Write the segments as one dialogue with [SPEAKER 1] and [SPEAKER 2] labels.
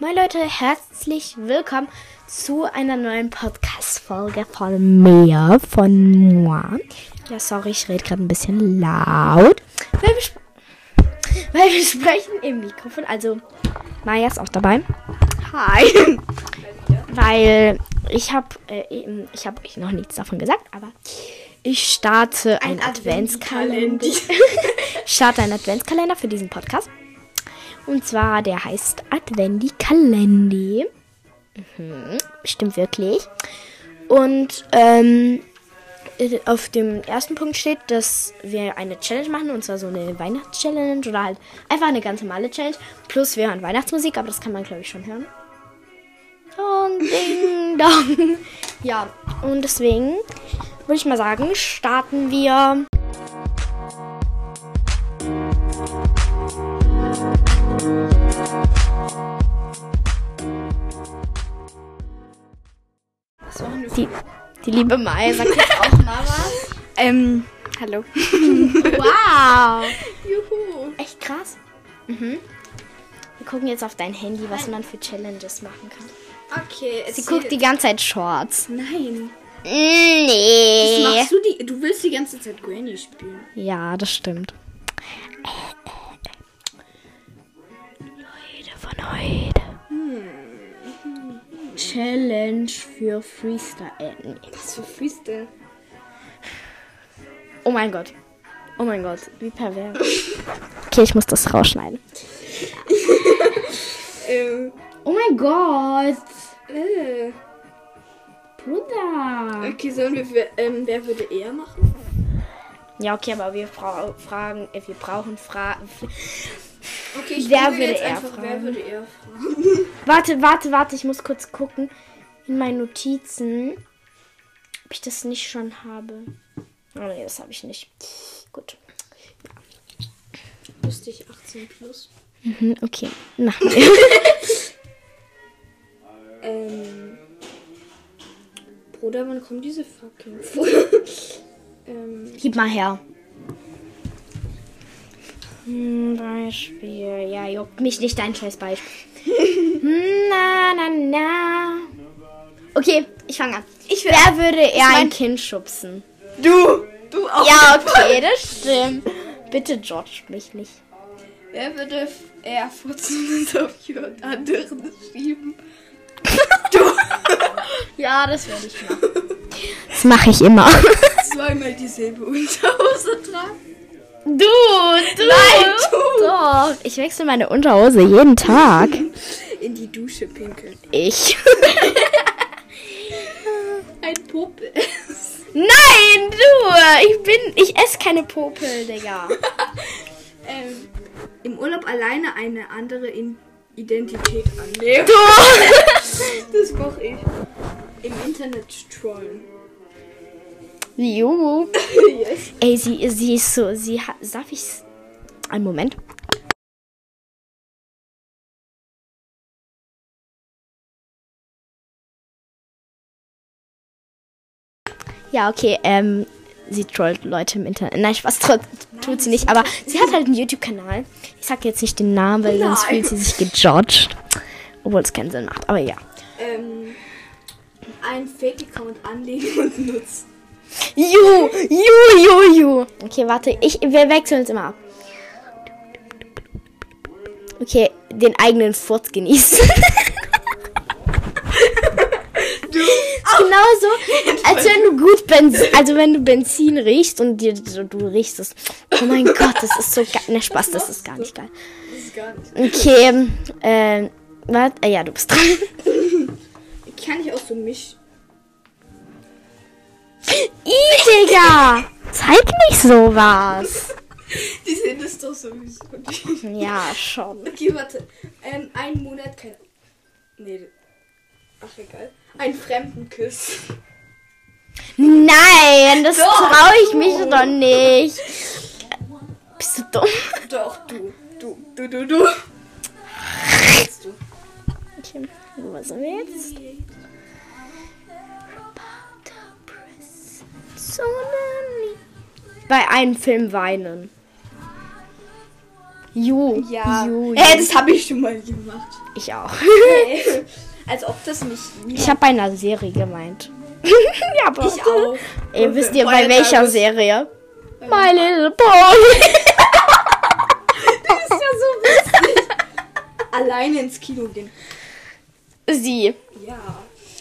[SPEAKER 1] Moin Leute, herzlich willkommen zu einer neuen Podcast-Folge von mir, von moi. Ja, sorry, ich rede gerade ein bisschen laut. Weil wir, sp- weil wir sprechen im Mikrofon, also Maya ist auch dabei. Hi. Weil ich habe äh, eben- ich habe euch noch nichts davon gesagt, aber ich starte einen Adventskalender. ich starte einen Adventskalender für diesen Podcast. Und zwar, der heißt Advendi Kalendi. Mhm, stimmt wirklich. Und ähm, äh, auf dem ersten Punkt steht, dass wir eine Challenge machen, und zwar so eine Weihnachtschallenge oder halt einfach eine ganz normale Challenge. Plus wir hören Weihnachtsmusik, aber das kann man, glaube ich, schon hören. Und ding dong. ja, und deswegen würde ich mal sagen, starten wir. Die, die liebe Mai sagt jetzt auch mal was.
[SPEAKER 2] Ähm, hallo.
[SPEAKER 1] Wow!
[SPEAKER 2] Juhu.
[SPEAKER 1] Echt krass. Mhm. Wir gucken jetzt auf dein Handy, was man für Challenges machen kann.
[SPEAKER 2] Okay, erzähl.
[SPEAKER 1] Sie guckt die ganze Zeit Shorts.
[SPEAKER 2] Nein. Was
[SPEAKER 1] Mm, Nee.
[SPEAKER 2] machst du die? Du willst die ganze Zeit Granny spielen.
[SPEAKER 1] Ja, das stimmt. Leute von heute. Hm. Challenge für Freestyle. Äh, nee.
[SPEAKER 2] Was für Freestyle?
[SPEAKER 1] Oh mein Gott. Oh mein Gott, wie pervers. Okay, ich muss das rausschneiden.
[SPEAKER 2] Ähm,
[SPEAKER 1] Oh mein Gott.
[SPEAKER 2] äh.
[SPEAKER 1] Bruder.
[SPEAKER 2] Okay, sollen wir, für- ähm, wer würde eher machen?
[SPEAKER 1] Ja, okay, aber wir fra fragen, äh, wir brauchen Fragen.
[SPEAKER 2] Okay, ich
[SPEAKER 1] Wer
[SPEAKER 2] google
[SPEAKER 1] würde
[SPEAKER 2] jetzt
[SPEAKER 1] eher
[SPEAKER 2] einfach, wer
[SPEAKER 1] fragen?
[SPEAKER 2] würde eher fragen?
[SPEAKER 1] Warte, warte, warte, ich muss kurz gucken in meinen Notizen, ob ich das nicht schon habe. Oh nee, das habe ich nicht. Gut.
[SPEAKER 2] Müsste ich 18 plus.
[SPEAKER 1] Mhm, okay. Na,
[SPEAKER 2] Ähm. Bruder, wann kommen diese fucking Folgen? ähm,
[SPEAKER 1] gib mal her. Hm, Beispiel. Ja, juckt mich nicht dein scheiß Beispiel. Hm, na, na, na. Okay, ich fange an. Ich Oh. Wer würde eher ein Kind schubsen?
[SPEAKER 2] du! Du auch!
[SPEAKER 1] Ja, okay, das stimmt. Bitte George mich nicht.
[SPEAKER 2] Wer würde f- eher furzen und auf jemand anderen schieben?
[SPEAKER 1] Ja, das werde ich machen. Das mache ich immer.
[SPEAKER 2] Zweimal dieselbe Unterhose tragen?
[SPEAKER 1] Du, du. Nein, du. Doch, ich wechsle meine Unterhose jeden Tag.
[SPEAKER 2] In die Dusche pinkeln.
[SPEAKER 1] Ich.
[SPEAKER 2] Ein Popel.
[SPEAKER 1] Nein, du. Ich bin, ich esse keine Popel, Digga.
[SPEAKER 2] ähm, Im Urlaub alleine eine andere In Identität annehmen.
[SPEAKER 1] Du.
[SPEAKER 2] Das mache ich. Im Internet trollen.
[SPEAKER 1] Juhu.
[SPEAKER 2] yes.
[SPEAKER 1] Ey, sie, sie ist so, sie hat, darf ich's? Einen Moment. Ja, okay, ähm, sie trollt Leute im Internet. Nein, Spaß, tro- tut sie nicht, aber sie hat halt einen YouTube-Kanal. Ich sag jetzt nicht den Namen, weil sonst
[SPEAKER 2] Nein.
[SPEAKER 1] fühlt sie sich gejudged. Obwohl es keinen Sinn macht, aber ja.
[SPEAKER 2] Ähm, einen Fake-Account anlegen und nutzen.
[SPEAKER 1] Ju, ju, ju, ju. Okay, warte, ich, wir wechseln uns immer ab. Okay, den eigenen Furz genießen. Genauso, als wenn du gut Benzin, also wenn du Benzin riechst und dir, du, du riechst es. Oh mein Gott, das ist so geil. Ne, Spaß, das ist gar nicht geil.
[SPEAKER 2] Das ist gar nicht.
[SPEAKER 1] Okay, ähm, warte, äh, ja, du bist dran.
[SPEAKER 2] Kann ich auch so mich.
[SPEAKER 1] I, Digga! Zeig nicht sowas.
[SPEAKER 2] Die sind es doch sowieso. nicht.
[SPEAKER 1] Ja, schon.
[SPEAKER 2] okay, warte. Ähm, einen Monat kein. Nee. Ach, egal. Einen fremden Kuss.
[SPEAKER 1] Nein, das
[SPEAKER 2] Doch.
[SPEAKER 1] traue ich mich doch nicht. Bist du dumm?
[SPEAKER 2] Doch, du. Du, du, du, du. Jetzt du.
[SPEAKER 1] Okay, wo sind wir jetzt? Bei einem Film weinen. Jo.
[SPEAKER 2] Ja.
[SPEAKER 1] Jo,
[SPEAKER 2] Äh,
[SPEAKER 1] jo.
[SPEAKER 2] das habe ich schon mal gemacht.
[SPEAKER 1] Ich auch.
[SPEAKER 2] Äh, Als ob das nicht.
[SPEAKER 1] Ich habe bei einer Serie gemeint. ja, aber
[SPEAKER 2] Ich auch.
[SPEAKER 1] Ey, wisst ihr,
[SPEAKER 2] Voll
[SPEAKER 1] bei welcher
[SPEAKER 2] nervös.
[SPEAKER 1] Serie? My Little Pony.
[SPEAKER 2] Das ist ja so witzig. alleine ins Kino gehen.
[SPEAKER 1] Sie.
[SPEAKER 2] Ja.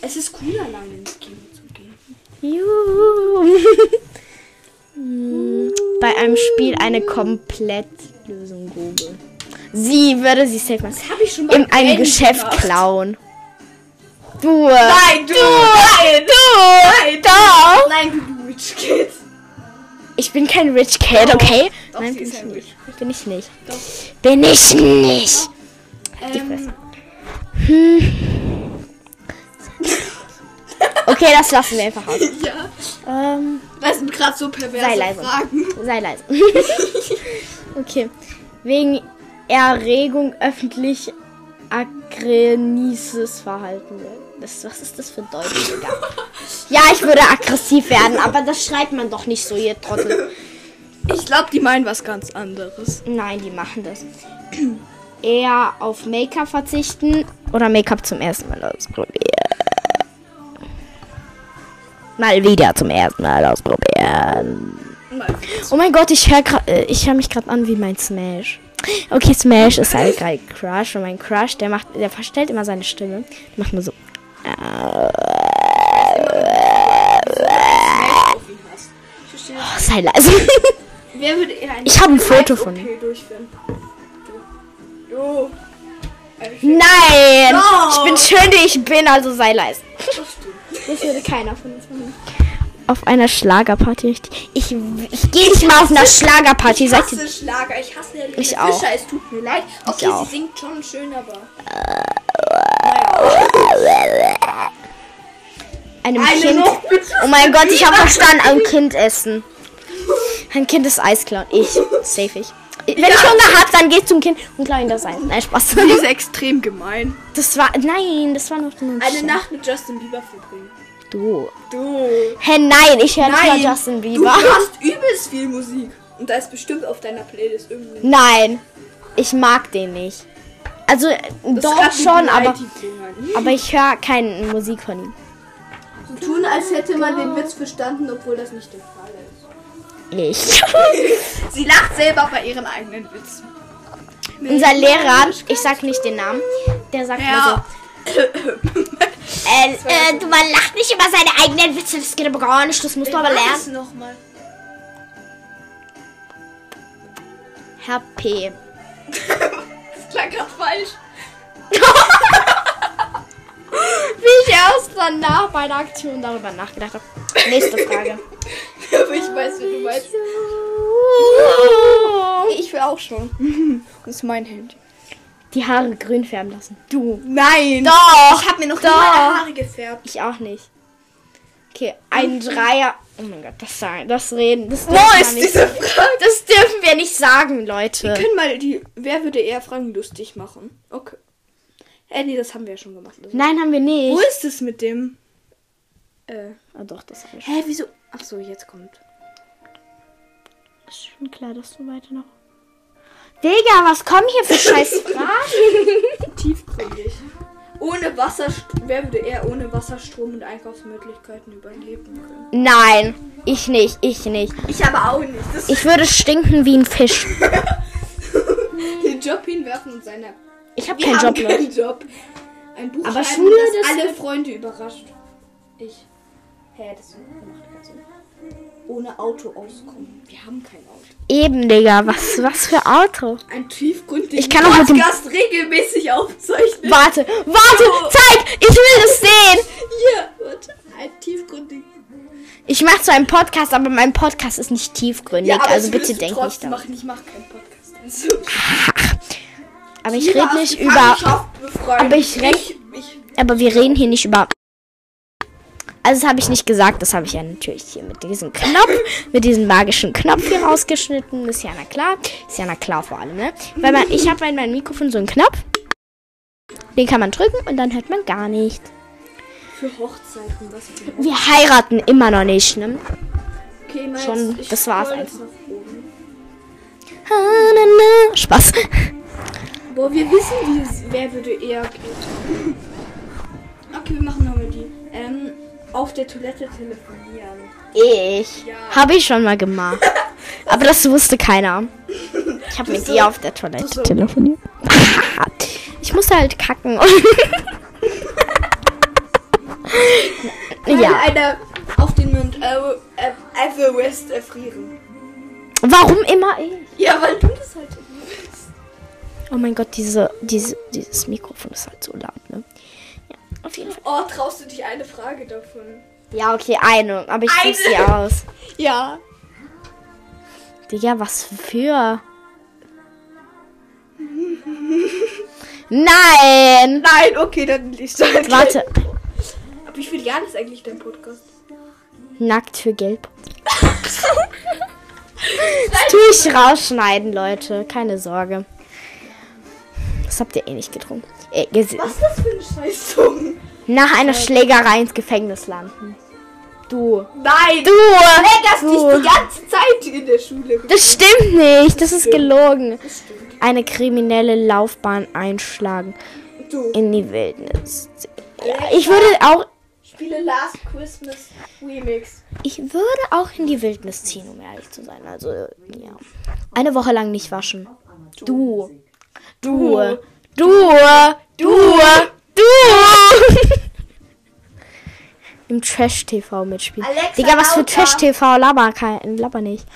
[SPEAKER 2] Es ist cool, alleine ins Kino zu gehen.
[SPEAKER 1] Juhu. Hm, bei einem Spiel eine Komplettlösung googeln. Sie würde sie safe machen.
[SPEAKER 2] Das habe ich schon mal
[SPEAKER 1] In einem
[SPEAKER 2] Geld
[SPEAKER 1] Geschäft
[SPEAKER 2] gemacht.
[SPEAKER 1] klauen. Du.
[SPEAKER 2] Nein, du.
[SPEAKER 1] Nein, du. Doch.
[SPEAKER 2] Nein, du Witch Kid.
[SPEAKER 1] Ich bin kein Rich Kid,
[SPEAKER 2] Doch.
[SPEAKER 1] okay?
[SPEAKER 2] Doch,
[SPEAKER 1] Nein,
[SPEAKER 2] sie
[SPEAKER 1] bin
[SPEAKER 2] ist
[SPEAKER 1] ich
[SPEAKER 2] ein
[SPEAKER 1] nicht.
[SPEAKER 2] Rich
[SPEAKER 1] Bin ich nicht.
[SPEAKER 2] Doch.
[SPEAKER 1] Bin ich nicht.
[SPEAKER 2] Ähm,
[SPEAKER 1] Okay, das lassen wir einfach aus.
[SPEAKER 2] ja.
[SPEAKER 1] Ähm,
[SPEAKER 2] Das sind gerade so
[SPEAKER 1] Sei
[SPEAKER 2] perverse
[SPEAKER 1] leise.
[SPEAKER 2] Fragen.
[SPEAKER 1] sei leise. okay. Wegen Erregung öffentlich aggressives Verhalten. Das, was ist das für Deutsch? Digga? ja, ich würde aggressiv werden, aber das schreibt man doch nicht so, ihr Trottel.
[SPEAKER 2] Ich glaube, die meinen was ganz anderes.
[SPEAKER 1] Nein, die machen das. Eher auf Make-up verzichten oder Make-up zum ersten Mal ausprobieren. Mal wieder zum ersten Mal ausprobieren.
[SPEAKER 2] Mal.
[SPEAKER 1] Oh mein Gott, ich höre äh, ich hör mich gerade an wie mein Smash. Okay, Smash ist halt geil Crush und mein Crush, der macht, der verstellt immer seine Stimme. Der macht nur so. Ah.
[SPEAKER 2] Profi hast. Ich verstehe.
[SPEAKER 1] Oh, sei leise.
[SPEAKER 2] Wer würde eher ein
[SPEAKER 1] Ich hab ein Foto von
[SPEAKER 2] ihm. durchführen? Du. Du. Ein Schiff.
[SPEAKER 1] Nein!
[SPEAKER 2] No.
[SPEAKER 1] Ich bin schön, wie ich bin, also sei leise.
[SPEAKER 2] Das stimmt.
[SPEAKER 1] Das würde keiner von uns machen. Auf einer Schlagerparty richtig. Ich, ich gehe nicht mal auf einer Schlagerparty.
[SPEAKER 2] Ich
[SPEAKER 1] Sagt
[SPEAKER 2] hasse
[SPEAKER 1] ihr,
[SPEAKER 2] Schlager. Ich hasse Helene
[SPEAKER 1] Ich auch.
[SPEAKER 2] Fischer. Es tut mir leid. Okay,
[SPEAKER 1] auch.
[SPEAKER 2] sie singt schon schön, aber.
[SPEAKER 1] einem
[SPEAKER 2] Eine
[SPEAKER 1] Kind.
[SPEAKER 2] noch bitte.
[SPEAKER 1] Oh mein Gott, ich habe verstanden, ein Kind essen. Ein Kind ist Eis klauen. Ich, safe ich. Wenn ich Hunger hab, dann geh ich zum Kind und klau ihm das Eis. Nein, Spaß.
[SPEAKER 2] Die ist extrem gemein.
[SPEAKER 1] Das war, nein, das war noch nur ein
[SPEAKER 2] Eine
[SPEAKER 1] Scherz.
[SPEAKER 2] Nacht mit Justin Bieber verbringen.
[SPEAKER 1] Du.
[SPEAKER 2] Du.
[SPEAKER 1] Hä, nein, ich höre nicht mal Justin Bieber.
[SPEAKER 2] Du hörst übelst viel Musik. Und da ist bestimmt auf deiner Playlist irgendwie.
[SPEAKER 1] Nein, ich mag den nicht. Also, äh,
[SPEAKER 2] Das
[SPEAKER 1] doch
[SPEAKER 2] kann
[SPEAKER 1] schon,
[SPEAKER 2] nicht
[SPEAKER 1] aber,
[SPEAKER 2] leid, die Jungen.
[SPEAKER 1] aber ich höre keine Musik von ihm.
[SPEAKER 2] So tun, als hätte man den Witz verstanden, obwohl das nicht der Fall ist.
[SPEAKER 1] Ich.
[SPEAKER 2] Sie lacht selber bei ihren eigenen Witzen.
[SPEAKER 1] Unser Lehrer, Also, ich sag nicht den Namen, der sagt
[SPEAKER 2] Ja.
[SPEAKER 1] mir so, äh, äh, du, man lacht nicht über seine eigenen Witze, das geht aber gar nicht, das musst du aber lernen.
[SPEAKER 2] nochmal.
[SPEAKER 1] Herr P.
[SPEAKER 2] Das klang gerade falsch.
[SPEAKER 1] Wie ich erst danach bei der Aktion darüber nachgedacht habe. Nächste Frage.
[SPEAKER 2] Aber ich weiß, wie du meinst. Ich will auch schon. Das ist mein Handy.
[SPEAKER 1] Die Haare grün färben lassen. Du.
[SPEAKER 2] Nein!
[SPEAKER 1] Doch!
[SPEAKER 2] Ich habe mir noch nie
[SPEAKER 1] Doch.
[SPEAKER 2] meine Haare gefärbt.
[SPEAKER 1] Ich auch nicht. Okay, ein Dreier. Oh mein Gott, das sagen, das reden, das dürfen,
[SPEAKER 2] Wo
[SPEAKER 1] wir
[SPEAKER 2] ist
[SPEAKER 1] nicht,
[SPEAKER 2] diese Frage?
[SPEAKER 1] das dürfen wir nicht sagen, Leute.
[SPEAKER 2] Können mal die. Wer würde eher Fragen lustig machen? Okay. Äh, nee, das haben wir ja schon gemacht. Also.
[SPEAKER 1] Nein, haben wir
[SPEAKER 2] Wo
[SPEAKER 1] nicht.
[SPEAKER 2] ist es mit dem? Äh.
[SPEAKER 1] Ah, doch, das habe ich.
[SPEAKER 2] Hä, wieso? Ach so, jetzt kommt.
[SPEAKER 1] Ist schon klar, dass du weiter noch. Digga, was kommen hier für scheiß Fragen?
[SPEAKER 2] Tiefgründig. Ohne Wasserstrom. Wer würde eher ohne Wasserstrom und Einkaufsmöglichkeiten überleben können?
[SPEAKER 1] Nein, ich nicht, ich nicht.
[SPEAKER 2] Ich aber auch nicht. Das
[SPEAKER 1] Ich würde stinken wie ein Fisch.
[SPEAKER 2] den Job hinwerfen und seine.
[SPEAKER 1] Ich habe
[SPEAKER 2] Wir
[SPEAKER 1] keinen
[SPEAKER 2] haben
[SPEAKER 1] Job, Leute.
[SPEAKER 2] keinen Job. Ein Buch
[SPEAKER 1] Aber
[SPEAKER 2] schreiben,
[SPEAKER 1] Schule,
[SPEAKER 2] das
[SPEAKER 1] das
[SPEAKER 2] alle
[SPEAKER 1] wird-
[SPEAKER 2] Freunde überrascht. Ich. Hä, das macht keinen Sinn. Ohne Auto auskommen. Wir haben kein Auto.
[SPEAKER 1] Eben, Digga, was, was für Auto?
[SPEAKER 2] Ein tiefgründigen
[SPEAKER 1] Ich kann auch mit dem-
[SPEAKER 2] Podcast regelmäßig aufzeichnen.
[SPEAKER 1] Warte, warte, zeig! Ich will das sehen!
[SPEAKER 2] Hier, warte. Ein tiefgründigen.
[SPEAKER 1] Ich mache zwar einen Podcast, aber mein Podcast ist nicht tiefgründig. also bitte denk nicht
[SPEAKER 2] trotzdem
[SPEAKER 1] daran.
[SPEAKER 2] machen. Ich mache keinen Podcast. Also.
[SPEAKER 1] Aber ich rede nicht über. aber ich red-
[SPEAKER 2] Ich, ich,
[SPEAKER 1] Aber wir reden hier nicht über. Also das habe ich nicht gesagt, das habe ich ja natürlich hier mit diesem Knopf, mit diesem magischen Knopf hier rausgeschnitten. Ist ja na klar. Ist ja na klar vor allem, ne? Weil man, ich habe in meinem Mikrofon so einen Knopf. Den kann man drücken und dann hört man gar nicht.
[SPEAKER 2] für Hochzeiten, was für
[SPEAKER 1] Wir heiraten immer noch nicht, ne?
[SPEAKER 2] okay,
[SPEAKER 1] Schon, das war's einfach. Ah, na, na. Spaß.
[SPEAKER 2] Boah, wir wissen, wie es- wer würde eher geht. Okay, wir machen nochmal die. Ähm, auf der Toilette telefonieren.
[SPEAKER 1] Ich.
[SPEAKER 2] Ja.
[SPEAKER 1] Habe ich schon mal gemacht. Aber das wusste keiner. Ich habe mit
[SPEAKER 2] so-
[SPEAKER 1] dir auf der Toilette
[SPEAKER 2] so-
[SPEAKER 1] telefoniert. Ich musste halt kacken.
[SPEAKER 2] Ja.
[SPEAKER 1] ja.
[SPEAKER 2] Einer auf den Mund äh, äh, Everest erfrieren.
[SPEAKER 1] Warum immer ich?
[SPEAKER 2] Ja, weil du das halt willst.
[SPEAKER 1] Oh mein Gott, diese, diese, dieses Mikrofon ist halt so laut, ne? Ja, auf jeden Fall.
[SPEAKER 2] Oh, traust du dich eine Frage davon?
[SPEAKER 1] Ja, okay, eine. Aber ich
[SPEAKER 2] Eine.
[SPEAKER 1] krieg sie aus.
[SPEAKER 2] Ja.
[SPEAKER 1] Digga, was für. Nein!
[SPEAKER 2] Nein, okay, dann liest du halt.
[SPEAKER 1] Warte.
[SPEAKER 2] gleich. Aber wie viel Jahren ist eigentlich dein Podcast?
[SPEAKER 1] Nackt für Gelb. Das tue ich rausschneiden, Leute. Keine Sorge. Das habt ihr eh nicht getrunken. Äh, gese-
[SPEAKER 2] Was ist das für eine Scheißung?
[SPEAKER 1] Nach einer Schlägerei ins Gefängnis landen. Du.
[SPEAKER 2] Nein!
[SPEAKER 1] Du!
[SPEAKER 2] dass dich
[SPEAKER 1] du.
[SPEAKER 2] die ganze Zeit in der Schule.
[SPEAKER 1] Das stimmt nicht. Das ist gelogen.
[SPEAKER 2] Das stimmt.
[SPEAKER 1] Eine kriminelle Laufbahn einschlagen.
[SPEAKER 2] Du.
[SPEAKER 1] In die Wildnis. Ja, ich würde auch.
[SPEAKER 2] Spiele Last Christmas Remix.
[SPEAKER 1] Ich würde auch in die Wildnis ziehen, um ehrlich zu sein. Also, ja. Eine Woche lang nicht waschen. Du. Du. Du. Du. Du. Im Trash-TV mitspielen.
[SPEAKER 2] Alexa,
[SPEAKER 1] Digga, was für
[SPEAKER 2] lauter.
[SPEAKER 1] Trash-TV? Laber, kein, laber nicht.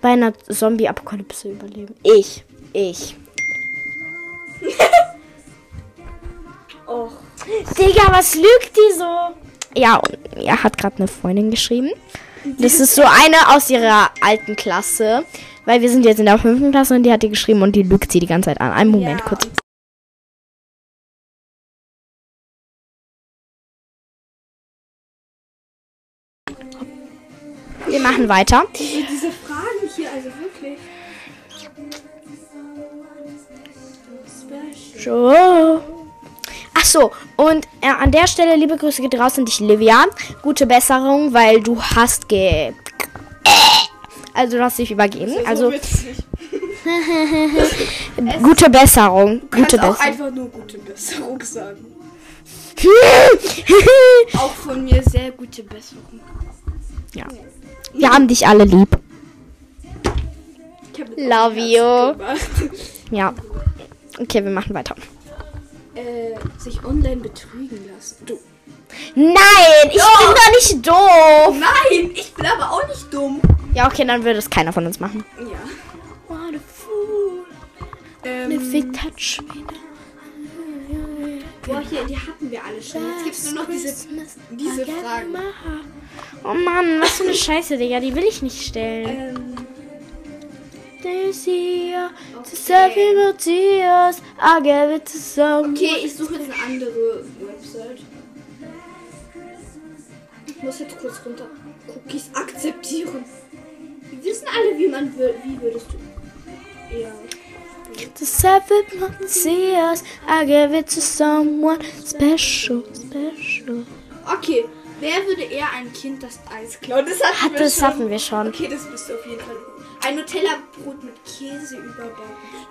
[SPEAKER 1] Bei einer Zombie-Apokalypse überleben. Ich. Ich.
[SPEAKER 2] Och.
[SPEAKER 1] Digga, was lügt die so? Ja, und er hat gerade eine Freundin geschrieben. Das ist so eine aus ihrer alten Klasse. Weil wir sind jetzt in der fünften Klasse und die hat die geschrieben und die lügt sie die ganze Zeit an. Einen Moment
[SPEAKER 2] Ja,
[SPEAKER 1] kurz.
[SPEAKER 2] und-
[SPEAKER 1] Wir machen weiter.
[SPEAKER 2] Diese, diese Fragen hier, also wirklich. Special.
[SPEAKER 1] So. Ach so, und äh, an der Stelle liebe Grüße geht raus an dich, Livia. Gute Besserung, weil du hast ge... Also du hast dich übergeben. Also
[SPEAKER 2] so witzig.
[SPEAKER 1] gute Besserung.
[SPEAKER 2] Du kannst
[SPEAKER 1] Gute
[SPEAKER 2] auch
[SPEAKER 1] Besserung.
[SPEAKER 2] einfach nur gute Besserung sagen. Auch von mir sehr gute Besserung.
[SPEAKER 1] ja. Wir haben dich alle lieb.
[SPEAKER 2] Ich hab jetzt auch
[SPEAKER 1] Love
[SPEAKER 2] ein
[SPEAKER 1] you.
[SPEAKER 2] Herz gemacht.
[SPEAKER 1] Ja. Okay, wir machen weiter.
[SPEAKER 2] Äh, sich online betrügen lassen. Du.
[SPEAKER 1] Nein, ich bin doch nicht doof.
[SPEAKER 2] Nein, ich bin aber auch nicht dumm.
[SPEAKER 1] Ja, okay, dann würde es keiner von uns machen.
[SPEAKER 2] Ja.
[SPEAKER 1] What a fool.
[SPEAKER 2] Ähm, boah, hier, die hatten wir alle schon. Jetzt gibt's nur noch diese. diese Fragen.
[SPEAKER 1] Oh Mann, was für eine Scheiße, Digga. Die will ich nicht stellen.
[SPEAKER 2] Ähm,
[SPEAKER 1] Okay. Tears, I gave it to someone.
[SPEAKER 2] okay, ich suche jetzt eine andere Website. Ich muss jetzt kurz runter. Cookies akzeptieren. Wir wissen alle, wie man wür Wie würdest du. Ja.
[SPEAKER 1] The seven tears, I gave it to someone special, special.
[SPEAKER 2] Okay, wer würde eher ein Kind das Eis klauen? Das hatten
[SPEAKER 1] Hat,
[SPEAKER 2] wir
[SPEAKER 1] Ah, das
[SPEAKER 2] schon.
[SPEAKER 1] hatten wir schon.
[SPEAKER 2] Okay, das bist du auf jeden Fall. du. Ein Nutella-Brot mit Käse überbacken.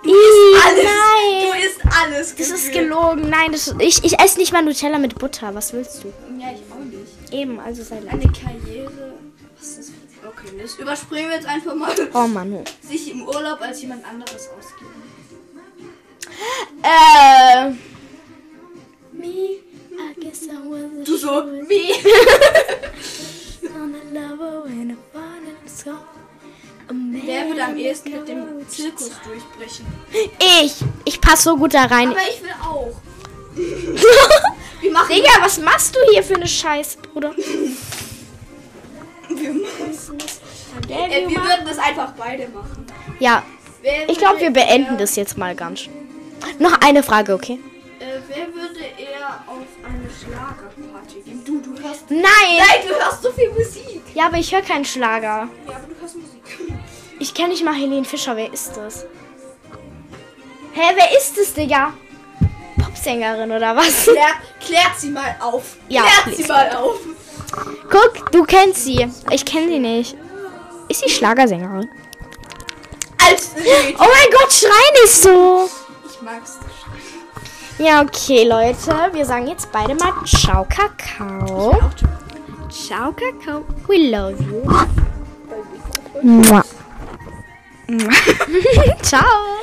[SPEAKER 2] Du
[SPEAKER 1] Ih,
[SPEAKER 2] isst alles.
[SPEAKER 1] nein.
[SPEAKER 2] Du isst alles.
[SPEAKER 1] Das ist
[SPEAKER 2] gefühlt.
[SPEAKER 1] gelogen. Nein, das ich, ich esse nicht mal Nutella mit Butter. Was willst du?
[SPEAKER 2] Ja, ich auch nicht.
[SPEAKER 1] Eben, also sei leid.
[SPEAKER 2] Eine Karriere. Was ist das? für- Okay, das überspringen wir jetzt einfach mal.
[SPEAKER 1] Oh Mann.
[SPEAKER 2] Sich im Urlaub als jemand anderes ausgeben.
[SPEAKER 1] Äh.
[SPEAKER 2] Me. Du so, me. Wer würde am ehesten mit dem Zirkus durchbrechen?
[SPEAKER 1] Ich. Ich passe so gut da rein.
[SPEAKER 2] Aber ich will auch. Wir machen.
[SPEAKER 1] Digga, was machst du hier für eine Scheiße, Bruder?
[SPEAKER 2] Wir, machen- äh, wir würden das einfach beide machen.
[SPEAKER 1] Ja,
[SPEAKER 2] Wer
[SPEAKER 1] ich glaube,
[SPEAKER 2] würde
[SPEAKER 1] wir beenden
[SPEAKER 2] eher-
[SPEAKER 1] das jetzt mal ganz schön. Noch eine Frage, okay?
[SPEAKER 2] Äh, wer würde eher auf eine Schlagerparty gehen? Du, du hörst.
[SPEAKER 1] Nein!
[SPEAKER 2] Nein, du hörst so viel Musik.
[SPEAKER 1] Ja, aber ich höre keinen Schlager.
[SPEAKER 2] Ja, aber du hörst Musik.
[SPEAKER 1] Ich kenne nicht mal Helene Fischer. Wer ist das? Hä, wer ist das, Digga? Popsängerin oder was?
[SPEAKER 2] Klär, klärt sie mal auf.
[SPEAKER 1] Ja,
[SPEAKER 2] klärt
[SPEAKER 1] please.
[SPEAKER 2] sie mal auf.
[SPEAKER 1] Guck, du kennst sie. Ich kenne sie nicht. Ist sie Schlagersängerin?
[SPEAKER 2] letzte Lied.
[SPEAKER 1] Oh mein Gott, schrei nicht so.
[SPEAKER 2] Ich mag's.
[SPEAKER 1] Ja, okay, Leute. Wir sagen jetzt beide mal Ciao, Kakao.
[SPEAKER 2] Auch schon.
[SPEAKER 1] Ciao, Kakao. We love you. Mua. Mua. Ciao.